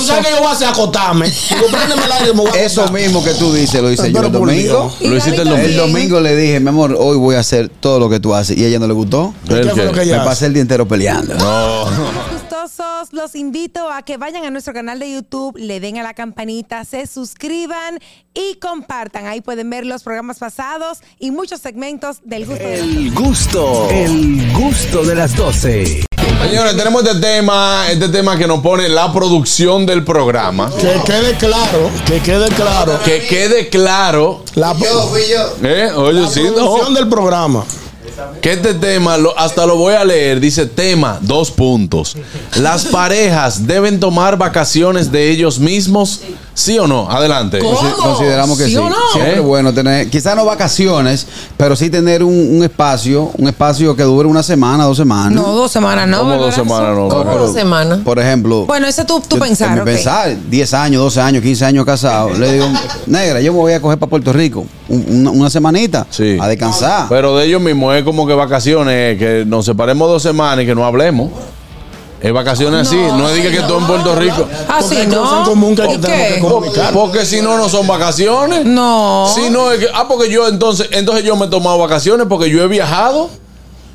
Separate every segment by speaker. Speaker 1: sabes que yo voy a hacer acotarme. Digo, préndeme el aire, me voy a
Speaker 2: Eso
Speaker 1: acotar.
Speaker 2: mismo que tú dices lo hice yo
Speaker 1: Pero
Speaker 2: el
Speaker 1: por
Speaker 2: domingo.
Speaker 1: Dios.
Speaker 3: Y
Speaker 4: Lo hiciste
Speaker 3: Gaby
Speaker 4: el domingo.
Speaker 2: El
Speaker 3: también.
Speaker 2: domingo le dije, mi amor, hoy voy a hacer todo lo que tú haces. Y a ella no le gustó.
Speaker 1: ¿Qué
Speaker 4: ¿El
Speaker 1: fue lo
Speaker 4: qué?
Speaker 1: que
Speaker 2: Me
Speaker 1: ella hace?
Speaker 2: pasé el día entero peleando.
Speaker 3: gustosos, los invito a que vayan a nuestro canal de YouTube, le den a la campanita, se suscriban y compartan. Ahí pueden ver los programas pasados y muchos segmentos del gusto
Speaker 4: Eh,
Speaker 3: de las
Speaker 5: El gusto, el gusto de las 12.
Speaker 4: Señores, tenemos este tema, este tema que nos pone la producción del programa.
Speaker 1: Que quede claro, que quede claro.
Speaker 4: Que quede claro,
Speaker 1: La,
Speaker 4: ¿eh? Oye,
Speaker 1: la
Speaker 4: sí, no.
Speaker 1: producción del programa.
Speaker 4: Que este tema, lo- hasta lo voy a leer, dice tema, dos puntos. Las parejas deben tomar vacaciones de ellos mismos, ¿sí o no? Adelante.
Speaker 2: Sí, Consideramos que sí.
Speaker 4: ¿Sí o no?
Speaker 2: Siempre
Speaker 4: ¿Eh?
Speaker 2: es bueno tener, quizás no vacaciones, pero sí tener un, un espacio, un espacio que dure una semana, dos semanas.
Speaker 3: No, dos semanas, ¿no?
Speaker 4: ¿Cómo dos
Speaker 3: Bárbara?
Speaker 4: semanas no,
Speaker 3: ¿Cómo
Speaker 4: Bárbara?
Speaker 3: dos semanas?
Speaker 2: Por ejemplo.
Speaker 3: Bueno, ese tú, tú
Speaker 2: yo-
Speaker 3: pensar,
Speaker 2: en mi
Speaker 3: ok.
Speaker 2: pensar, 10 años, 12 años, 15 años casado. Le digo, negra, yo me voy a coger para Puerto Rico un- una, una semanita
Speaker 4: Sí.
Speaker 2: a descansar.
Speaker 4: Pero de ellos mismos es como que vacaciones, que nos separemos dos semanas y que no hablemos. Es vacaciones así, no digas que tú en Puerto Rico.
Speaker 3: Ah,
Speaker 1: Porque
Speaker 3: sí,
Speaker 1: hay cosas en
Speaker 3: ¿no?
Speaker 1: común que hay
Speaker 3: ¿Y
Speaker 1: que tener que
Speaker 3: qué?
Speaker 1: comunicar.
Speaker 4: Porque si no, no son vacaciones.
Speaker 3: No.
Speaker 4: Si no es que, ah, porque yo entonces, entonces yo me he tomado vacaciones porque yo he viajado.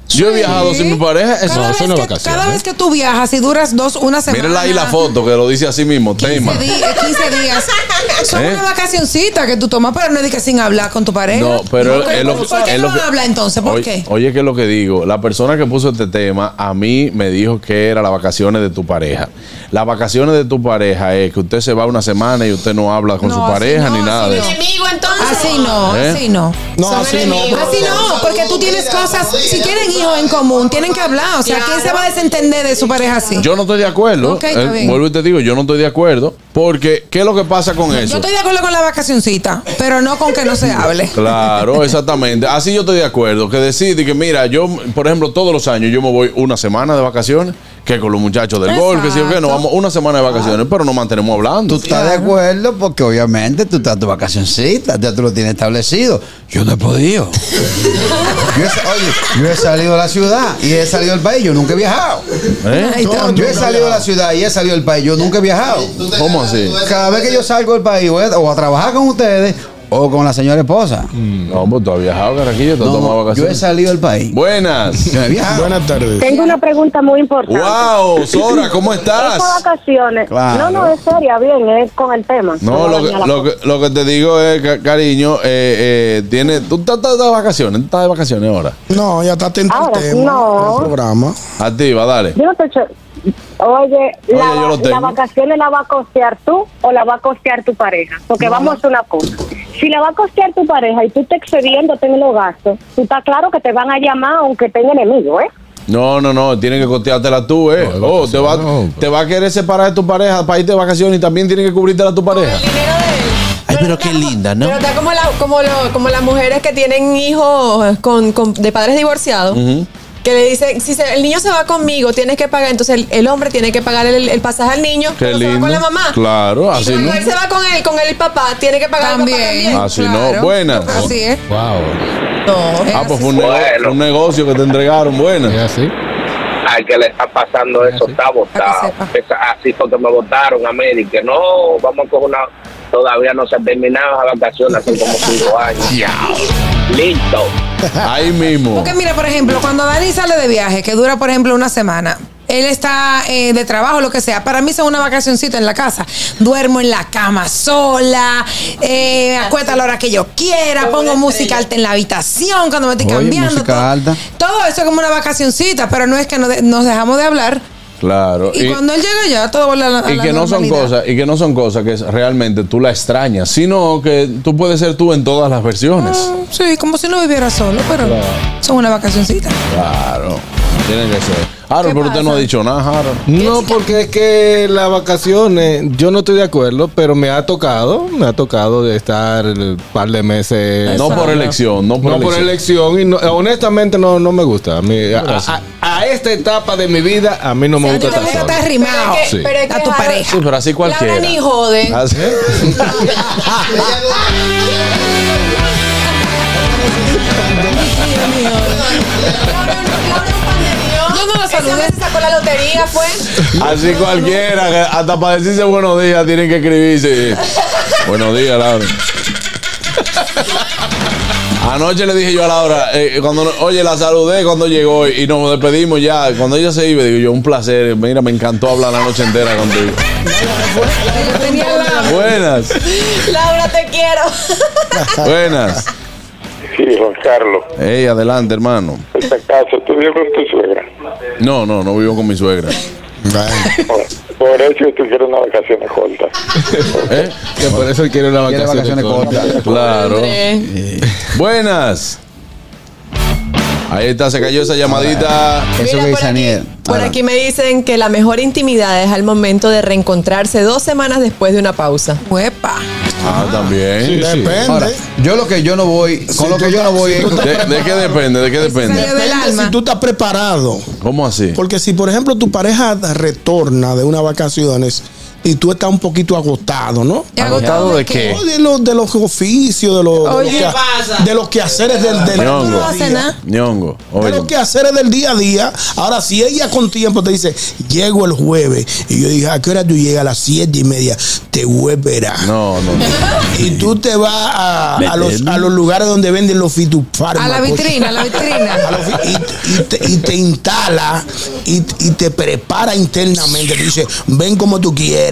Speaker 4: Yo he viajado sin mi pareja.
Speaker 3: cada,
Speaker 4: Eso no,
Speaker 3: vez
Speaker 4: eso no es
Speaker 3: que,
Speaker 4: vacaciones.
Speaker 3: cada vez que tú viajas y duras dos, una semana.
Speaker 4: Mírenla ¿eh? ahí la foto que lo dice así mismo,
Speaker 3: 15,
Speaker 4: tema.
Speaker 3: di- eh, 15 días. Son
Speaker 4: ¿Eh?
Speaker 3: una vacacioncita que tú tomas, pero no es de que sin hablar con tu pareja.
Speaker 4: No, pero
Speaker 3: ¿Por qué-
Speaker 4: es lo,
Speaker 3: ¿Por qué
Speaker 4: es
Speaker 3: no
Speaker 4: lo
Speaker 3: van a hablar entonces? ¿Por
Speaker 4: Oye-
Speaker 3: qué?
Speaker 4: Oye, que es lo que digo. La persona que puso este tema a mí me dijo que era las vacaciones de tu pareja. Las vacaciones de tu pareja es que usted se va una semana y usted no habla con
Speaker 3: No,
Speaker 4: su
Speaker 3: así
Speaker 4: pareja
Speaker 3: no,
Speaker 4: ni nada
Speaker 3: así
Speaker 4: de
Speaker 3: no.
Speaker 4: eso.
Speaker 6: Enemigo, entonces.
Speaker 3: Así Ah, no,
Speaker 4: ¿Eh?
Speaker 3: así no.
Speaker 1: No,
Speaker 6: Son
Speaker 1: así no.
Speaker 6: enemigos.
Speaker 3: Así no, porque tú tienes cosas, si tienen hijos en común, tienen que hablar. O sea, ¿quién se va a desentender de su pareja así?
Speaker 4: Yo no estoy de acuerdo.
Speaker 3: Ok, está
Speaker 4: Eh,
Speaker 3: bien.
Speaker 4: vuelvo y te digo, yo no estoy de acuerdo. Porque, ¿qué es lo que pasa con
Speaker 3: Yo
Speaker 4: eso?
Speaker 3: estoy de acuerdo con la vacacioncita, pero no con que no se hable.
Speaker 4: Claro, exactamente. Así yo estoy de acuerdo. Que decide que, mira, yo, por ejemplo, todos los años yo me voy una semana de vacaciones, que con los muchachos del golf, que sí o qué, nos vamos una semana de vacaciones, pero nos mantenemos hablando.
Speaker 2: Ah. Tú estás de acuerdo porque obviamente tú estás en tu vacacioncita, ya tú lo tienes establecido. Yo no he podido. yo, he, oye, yo he salido de la ciudad y he salido del país, yo nunca he viajado.
Speaker 4: ¿Eh?
Speaker 3: Ahí está.
Speaker 2: Yo he salido de la ciudad y he salido del país, yo nunca he viajado.
Speaker 4: ¿Cómo así?
Speaker 2: Cada vez que yo salgo del país, voy a- o a trabajar con ustedes o con la señora esposa.
Speaker 4: No, pues tú has viajado, Carraquillo, te has
Speaker 2: No,
Speaker 4: tomado
Speaker 2: yo he
Speaker 4: vacaciones.
Speaker 2: salido del país.
Speaker 4: Buenas.
Speaker 2: Yo no he viajado.
Speaker 1: Buenas tardes.
Speaker 7: Tengo una pregunta muy importante.
Speaker 4: wow, Sora, ¿cómo estás?
Speaker 7: Estas vacaciones.
Speaker 2: Claro.
Speaker 7: No, no, es seria, bien, es con el tema.
Speaker 4: No, lo que, lo, que, lo que te digo es, ca- cariño, eh, eh, tiene, tú estás estás de vacaciones, tú estás de vacaciones ahora.
Speaker 1: No, ya está atento al
Speaker 7: Ahora,
Speaker 1: tema
Speaker 7: no.
Speaker 1: del programa.
Speaker 4: Activa, dale.
Speaker 7: Yo no te echo- Oye, la,
Speaker 4: yo lo
Speaker 7: la
Speaker 4: tengo.
Speaker 7: vacaciones la va a costear tú o la va a costear tu pareja. Porque vamos a hacer una cosa. Si la va a costear tu pareja y tú te excediéndote en los gastos, tú estás claro que te van a llamar aunque tenga enemigo, ¿eh?
Speaker 4: No, no, no, tienen que costeártela tú, ¿eh? oh, te va, te va a querer separar de tu pareja para irte de vacaciones y también tiene que cubrírtela a tu pareja. Ay, pero qué linda, ¿no?
Speaker 8: Pero está como, la- como, lo- como las mujeres que tienen hijos con, con- de padres divorciados. Que le dicen, si se- el niño se va conmigo, tienes que pagar. Entonces el, el hombre tiene que pagar el, el pasaje al niño.
Speaker 4: Qué
Speaker 8: pero se va
Speaker 4: lindo.
Speaker 8: con la mamá.
Speaker 4: Claro,
Speaker 8: Y
Speaker 4: así Ah,
Speaker 8: cuando
Speaker 4: no.
Speaker 8: él se va con él, con el papá, tiene que pagar el papá
Speaker 3: También.
Speaker 8: también.
Speaker 4: Así no, buenas.
Speaker 3: Así es.
Speaker 9: Wow,
Speaker 3: No, es
Speaker 4: Ah, pues
Speaker 3: así.
Speaker 4: fue un, nego- un negocio que te entregaron,
Speaker 9: ¿es
Speaker 4: buenas.
Speaker 9: así?
Speaker 10: al Ah, que le está pasando eso está votado.
Speaker 3: Para que
Speaker 10: Esa- Así porque me votaron a mí, que no, vamos a coger una. Todavía no se han terminado las vacaciones, hace como cinco años. Listo.
Speaker 4: Ahí mismo.
Speaker 3: Porque mira, por ejemplo, cuando Dani sale de viaje, que dura, por ejemplo, una semana, él está eh, de trabajo, lo que sea. Para mí son una vacacioncita en la casa. Duermo en la cama sola, eh, acuesto a la hora que yo quiera, pongo música alta en la habitación cuando me estoy
Speaker 2: Oye,
Speaker 3: cambiando.
Speaker 2: música
Speaker 3: todo,
Speaker 2: alta.
Speaker 3: todo eso es como una vacacioncita, pero no es que nos, de- nos dejamos de hablar.
Speaker 4: Claro.
Speaker 3: Y, cuando él llega ya, todo vuelve a la, a
Speaker 4: y
Speaker 3: la
Speaker 4: que no son
Speaker 3: normalidad.
Speaker 4: cosas y que no son cosas que realmente tú la extrañas sino que tú puedes ser tú en todas las versiones
Speaker 3: Mm, Sí, como si no viviera solo, pero son una vacacioncita.
Speaker 4: claro tiene que ser
Speaker 3: Ah.
Speaker 4: Harold
Speaker 3: ¿Qué
Speaker 4: pero usted no ha
Speaker 3: pasa?
Speaker 4: dicho nada Harold
Speaker 9: No, porque es que las vacaciones, yo no estoy de acuerdo, pero me ha tocado, me ha tocado de estar un par de meses.
Speaker 4: no por elección no por
Speaker 9: No por
Speaker 4: elección
Speaker 9: elección y no- honestamente no, no me gusta. A, mí- a- a- a esta etapa de mi vida a mí no me
Speaker 3: A ti
Speaker 9: gusta
Speaker 3: te
Speaker 9: estar
Speaker 3: gusta
Speaker 9: solo.
Speaker 3: estar arrimado
Speaker 8: Pero es que- pero es
Speaker 3: a
Speaker 8: que
Speaker 3: tu
Speaker 8: Harold-
Speaker 3: pareja.
Speaker 4: sí pero así cualquiera Ah.
Speaker 8: Laura ni jode.
Speaker 4: ¿Así?
Speaker 8: Laura- Laura es un pan de Dios.
Speaker 3: No, no lo
Speaker 8: Ese
Speaker 3: saludes.
Speaker 8: hombre se sacó la lotería, fue.
Speaker 4: Así cualquiera, que hasta para decirse buenos días tienen que escribirse. buenos días, Laura. Anoche le dije yo a Laura, eh, cuando, no- oye, la saludé cuando llegó y nos despedimos ya. Cuando ella se iba, digo yo, un placer. Mira, me encantó hablar la noche entera contigo.
Speaker 3: Yo tenía la-
Speaker 4: Buenas,
Speaker 8: Laura, te quiero.
Speaker 4: buenas.
Speaker 10: Sí, Juan Carlos.
Speaker 4: Ey, adelante, hermano.
Speaker 10: Este caso, tú vives con tu suegra.
Speaker 4: No, no, no vivo con mi suegra.
Speaker 10: Por, por eso yo te quiero una vacaciones corta.
Speaker 4: ¿Eh?
Speaker 9: Que por eso él quiere una
Speaker 2: Quiere
Speaker 9: vacación.
Speaker 2: vacaciones cortas.
Speaker 4: Claro.
Speaker 8: André.
Speaker 4: Buenas. Ahí está, se cayó esa llamadita.
Speaker 2: Eso
Speaker 8: Mira,
Speaker 2: que
Speaker 8: por
Speaker 2: dice Aniel.
Speaker 8: aquí- Por
Speaker 2: Ahora,
Speaker 8: aquí me dicen que la mejor intimidad es al momento de reencontrarse dos semanas después de una pausa.
Speaker 3: Huepa.
Speaker 4: Ah, también.
Speaker 1: Depende.
Speaker 2: ahora, yo lo que yo no voy, con lo
Speaker 1: tú
Speaker 2: que yo no
Speaker 1: estás-
Speaker 2: voy
Speaker 1: si
Speaker 2: es
Speaker 1: tú
Speaker 2: con-
Speaker 4: ¿De, de qué depende? ¿De qué depende?
Speaker 3: Salió del
Speaker 1: Depende
Speaker 3: alma.
Speaker 1: si tú estás preparado.
Speaker 4: ¿Cómo así?
Speaker 1: Porque si, por ejemplo, tu pareja retorna de unas vacaciones y tú estás un poquito agotado, ¿no?
Speaker 4: ¿Agotado de
Speaker 9: Eh.
Speaker 4: qué?
Speaker 1: No, De los, de los oficios, de los, de los,
Speaker 3: Oye,
Speaker 1: que- de los quehaceres del, del
Speaker 4: Ñongo.
Speaker 1: día a
Speaker 3: No hace
Speaker 1: día.
Speaker 3: nada.
Speaker 4: Ñongo.
Speaker 1: De
Speaker 4: Oye.
Speaker 1: los quehaceres del día a día. Ahora, si ella con tiempo te dice, llego el jueves, y yo dije, ¿a qué hora tú llegas? A las siete y media, te volverás.
Speaker 4: No, no. no.
Speaker 1: Y tú te vas a, a los, a los lugares donde venden los fitufármacos.
Speaker 3: A la vitrina, a la
Speaker 1: A los
Speaker 3: vitrina.
Speaker 1: fi- y, y te, y te instala y, y te prepara internamente. Te dice, ven como tú quieras.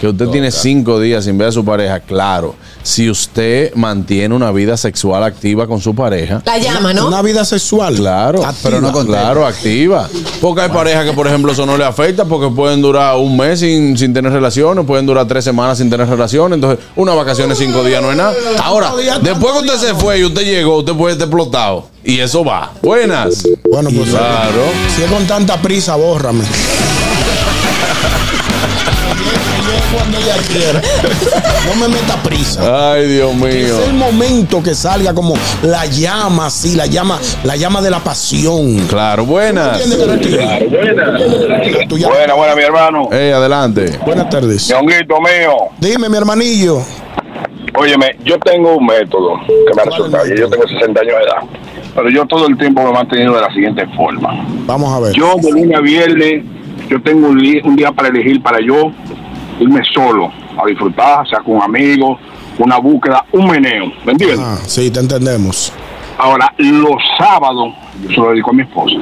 Speaker 4: Que usted tiene cinco días sin ver a su pareja, claro. Si usted mantiene una vida sexual activa con su pareja,
Speaker 8: La llama, ¿no?
Speaker 1: Una vida sexual.
Speaker 4: Claro,
Speaker 1: activa.
Speaker 4: pero no
Speaker 2: contenta.
Speaker 4: Claro, activa. Porque hay parejas que, por ejemplo, eso no le afecta porque pueden durar un mes sin, sin tener relaciones, pueden durar tres semanas sin tener relaciones. Entonces, una vacación de cinco días no es nada. Ahora,
Speaker 1: Cinco días,
Speaker 4: después que
Speaker 1: tanto
Speaker 4: usted
Speaker 1: día
Speaker 4: se
Speaker 1: no.
Speaker 4: fue y usted llegó, usted puede estar explotado. Y eso va. Buenas.
Speaker 1: Bueno, pues
Speaker 4: Claro.
Speaker 1: si es con tanta prisa, bórrame. Cuando ella quiera. No me meta prisa.
Speaker 4: Ay, Dios mío.
Speaker 1: Es el momento que salga como la llama, sí, la llama, la llama de la pasión.
Speaker 4: Claro, buenas.
Speaker 1: ¿Entiendes que no estoy- tú ya-
Speaker 10: Buena, buena, mi hermano.
Speaker 4: Ey, adelante.
Speaker 1: Buenas tardes.
Speaker 10: Ñonguito mío.
Speaker 1: Dime, mi hermanillo.
Speaker 10: Óyeme, yo tengo un método que me ha resultado. Yo tengo 60 años de edad. Pero yo todo el tiempo me he mantenido de la siguiente forma.
Speaker 1: Vamos a ver.
Speaker 10: Yo de lunes a viernes, yo tengo un, li- un día para elegir para yo irme solo a disfrutar, sea con amigos, una búsqueda, un meneo. ¿Me entiendes?
Speaker 1: Ah, sí, te entendemos.
Speaker 10: Ahora, los sábados, yo se lo dedico a mi esposa.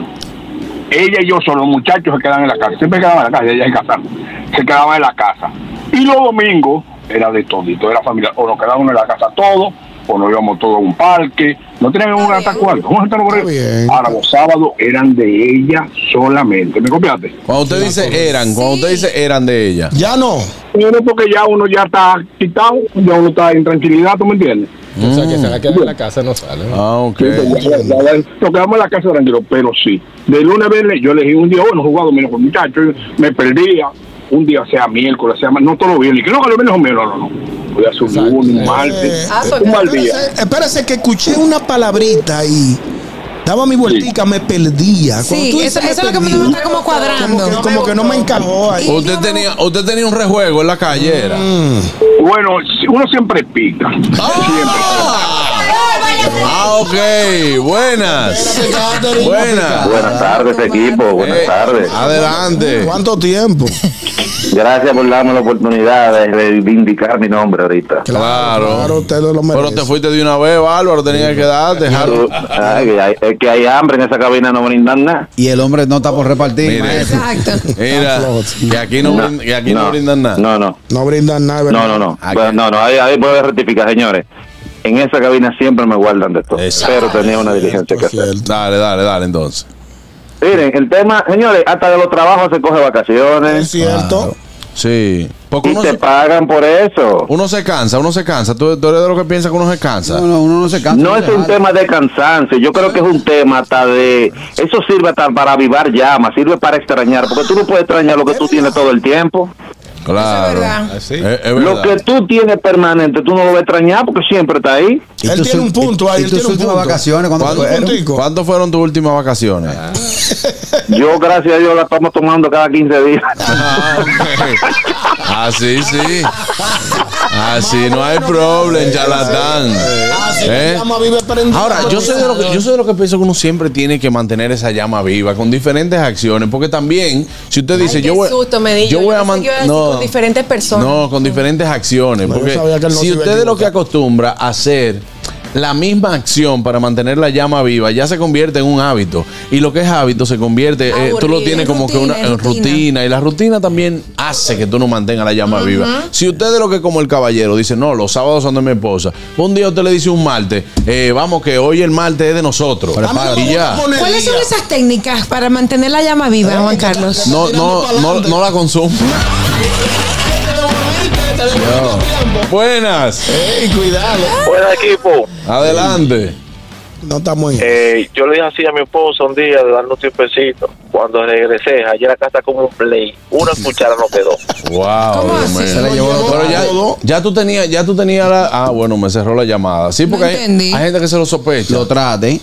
Speaker 10: Ella y yo solo, los muchachos se quedan en la casa. Siempre quedaban en la casa, ella se casaron. Se quedaban en la casa. Y los domingos era de todito, era familiar. O nos quedábamos en la casa todos, o nos íbamos todos a un parque. No teníamos un hasta cuarto. ¿Cómo se te lo ocurrió?
Speaker 1: bien.
Speaker 10: Ahora, los sábados eran de ella solamente. ¿Me copiaste?
Speaker 4: Cuando usted dice eran, cuando usted dice eran de ella.
Speaker 1: Ya no.
Speaker 10: Bueno, porque ya uno ya está quitado, ya uno está en tranquilidad, ¿tú me entiendes?
Speaker 9: O sea, que se va a quedar
Speaker 6: Mm.
Speaker 9: en la casa, no sale.
Speaker 4: Ah, ok.
Speaker 10: Sí, pues, ya, ya, ya, Nos quedamos en la casa tranquilo, pero sí. De lunes a viernes yo elegí un día, bueno, jugado menos con muchachos, me perdía. Un día sea miércoles, sea ma- no todo bien. Y que no, que lo menos o menos, no, no. Voy a subir un martes,
Speaker 8: Ah, porque-
Speaker 10: un mal día.
Speaker 1: Espérese, espérese, que escuché una palabrita ahí. Daba mi vueltica, me perdía. Cuando
Speaker 3: Sí,
Speaker 1: tú dices
Speaker 3: eso, eso es lo que
Speaker 1: perdí,
Speaker 3: me está como
Speaker 1: como que,
Speaker 3: cuadrando.
Speaker 1: como que no me encajó ahí.
Speaker 3: Y-
Speaker 4: Usted tenía, usted tenía un rejuego en la calle, era.
Speaker 10: Bueno, si- uno siempre pica.
Speaker 4: Ah,
Speaker 3: Eh,
Speaker 4: Ah, ok. Buenas.
Speaker 1: Espérate, Catherine.
Speaker 4: Buenas.
Speaker 6: Buenas tardes, equipo. Buenas
Speaker 4: Eh,
Speaker 6: tardes.
Speaker 4: Adelante.
Speaker 1: ¿Cuánto tiempo?
Speaker 6: Gracias por darme la oportunidad de reivindicar mi nombre ahorita.
Speaker 4: Claro.
Speaker 1: Claro, usted no lo merece.
Speaker 4: Pero te fuiste de una vez, Bárbaro. Tenías que darte,
Speaker 6: Tú-
Speaker 4: Harold.
Speaker 6: ay, que hay- es que hay hambre en esa cabina, no brindan nada.
Speaker 2: Y el hombre no está por repartir.
Speaker 4: Mire.
Speaker 2: maestro.
Speaker 3: Exacto.
Speaker 4: Mira, que aquí no, brin- que aquí no, brindan nada.
Speaker 6: No, no,
Speaker 1: No brindan nada, ¿verdad?
Speaker 6: no, no, no.
Speaker 4: Aquí-
Speaker 6: Bueno, no, no, ahí, ahí voy a rectificar, señores. En esa cabina siempre me guardan de todo.
Speaker 4: Exacto.
Speaker 6: Pero tenía una diligencia que
Speaker 1: Por
Speaker 6: hacer.
Speaker 1: cierto.
Speaker 4: Dale, dale, dale, entonces.
Speaker 6: Miren, el tema, señores, hasta de los trabajos se coge
Speaker 1: Es
Speaker 6: vacaciones
Speaker 1: cierto.
Speaker 4: Sí. Porque
Speaker 6: y
Speaker 4: uno
Speaker 6: te
Speaker 4: se,
Speaker 6: pagan por eso.
Speaker 4: uno se cansa, uno se cansa. ¿Tú, tú eres de los que piensa que uno se cansa.
Speaker 2: No, no, uno no se cansa.
Speaker 6: No
Speaker 2: se
Speaker 6: es un
Speaker 2: jala.
Speaker 6: tema de cansancio, yo creo que es un tema hasta de... Eso sirve hasta para avivar llamas, sirve para extrañar, porque tú no puedes extrañar lo que tú tienes todo el tiempo.
Speaker 3: Eso es
Speaker 4: Claro.
Speaker 3: verdad.
Speaker 4: Sí. Es- es
Speaker 6: Lo que
Speaker 4: verdad.
Speaker 6: tú tienes permanente, tú no lo vas a extrañar porque siempre está ahí.
Speaker 1: Él tiene un punto ahí, él tiene un punto.
Speaker 4: ¿Cuándo- ¿Cuándo fueron tus últimas vacaciones?
Speaker 6: Yo, gracias a Dios, la estamos tomando cada 15 días.
Speaker 4: Así Ah, sí. Así no hay problema, charlatán.
Speaker 1: Así
Speaker 4: ¿Eh?
Speaker 1: que llama vive prendida.
Speaker 4: Ahora, yo soy, de lo que, yo soy de lo que pienso que uno siempre tiene que mantener esa llama viva con diferentes acciones, porque también, si usted dice,
Speaker 8: Ay,
Speaker 4: yo
Speaker 8: qué
Speaker 4: voy,
Speaker 8: susto me di.
Speaker 4: yo
Speaker 8: Yo
Speaker 4: voy a
Speaker 8: pensé que iba a
Speaker 4: mantener.
Speaker 8: decir con diferentes personas.
Speaker 4: No, con diferentes acciones.
Speaker 1: yo
Speaker 4: Porque
Speaker 1: sabía que él no se
Speaker 4: si
Speaker 1: iba a
Speaker 4: usted de lo que acostumbra a hacer la misma acción para mantener la llama viva ya se convierte en un hábito. Y lo que es hábito se convierte, eh, tú lo
Speaker 8: Aburrido.
Speaker 4: tienes como que una
Speaker 8: Rutina,
Speaker 4: en rutina.
Speaker 8: rutina.
Speaker 4: Y la rutina también hace que tú no mantengas la llama viva. Si usted de lo que como el caballero dice, no, los sábados son de mi esposa. Un día usted le dice un martes, eh, vamos que hoy el martes es de nosotros.
Speaker 1: Prepárate.
Speaker 4: Y ya.
Speaker 3: ¿Cuáles son esas técnicas para mantener la llama viva, Juan Carlos?
Speaker 4: No, no, no, no la consumo. Buenas.
Speaker 1: Ey, cuidado.
Speaker 11: Buen equipo.
Speaker 4: Adelante.
Speaker 1: No estamos en.
Speaker 11: Eh, yo le dije así a mi esposo un día de darnos un tiempecito. Cuando regresé, ayer la casa como un play. Una cuchara no quedó.
Speaker 4: Wow,
Speaker 3: ¿Cómo
Speaker 4: Dios
Speaker 3: así?
Speaker 4: mío.
Speaker 3: Se la
Speaker 4: Pero
Speaker 3: llevó
Speaker 4: ya, ya tú tenías, ya tú tenías la. Ah, bueno, me cerró la llamada. Sí, porque hay,
Speaker 3: entendí.
Speaker 4: hay gente que se lo sospecha.
Speaker 2: Lo trate.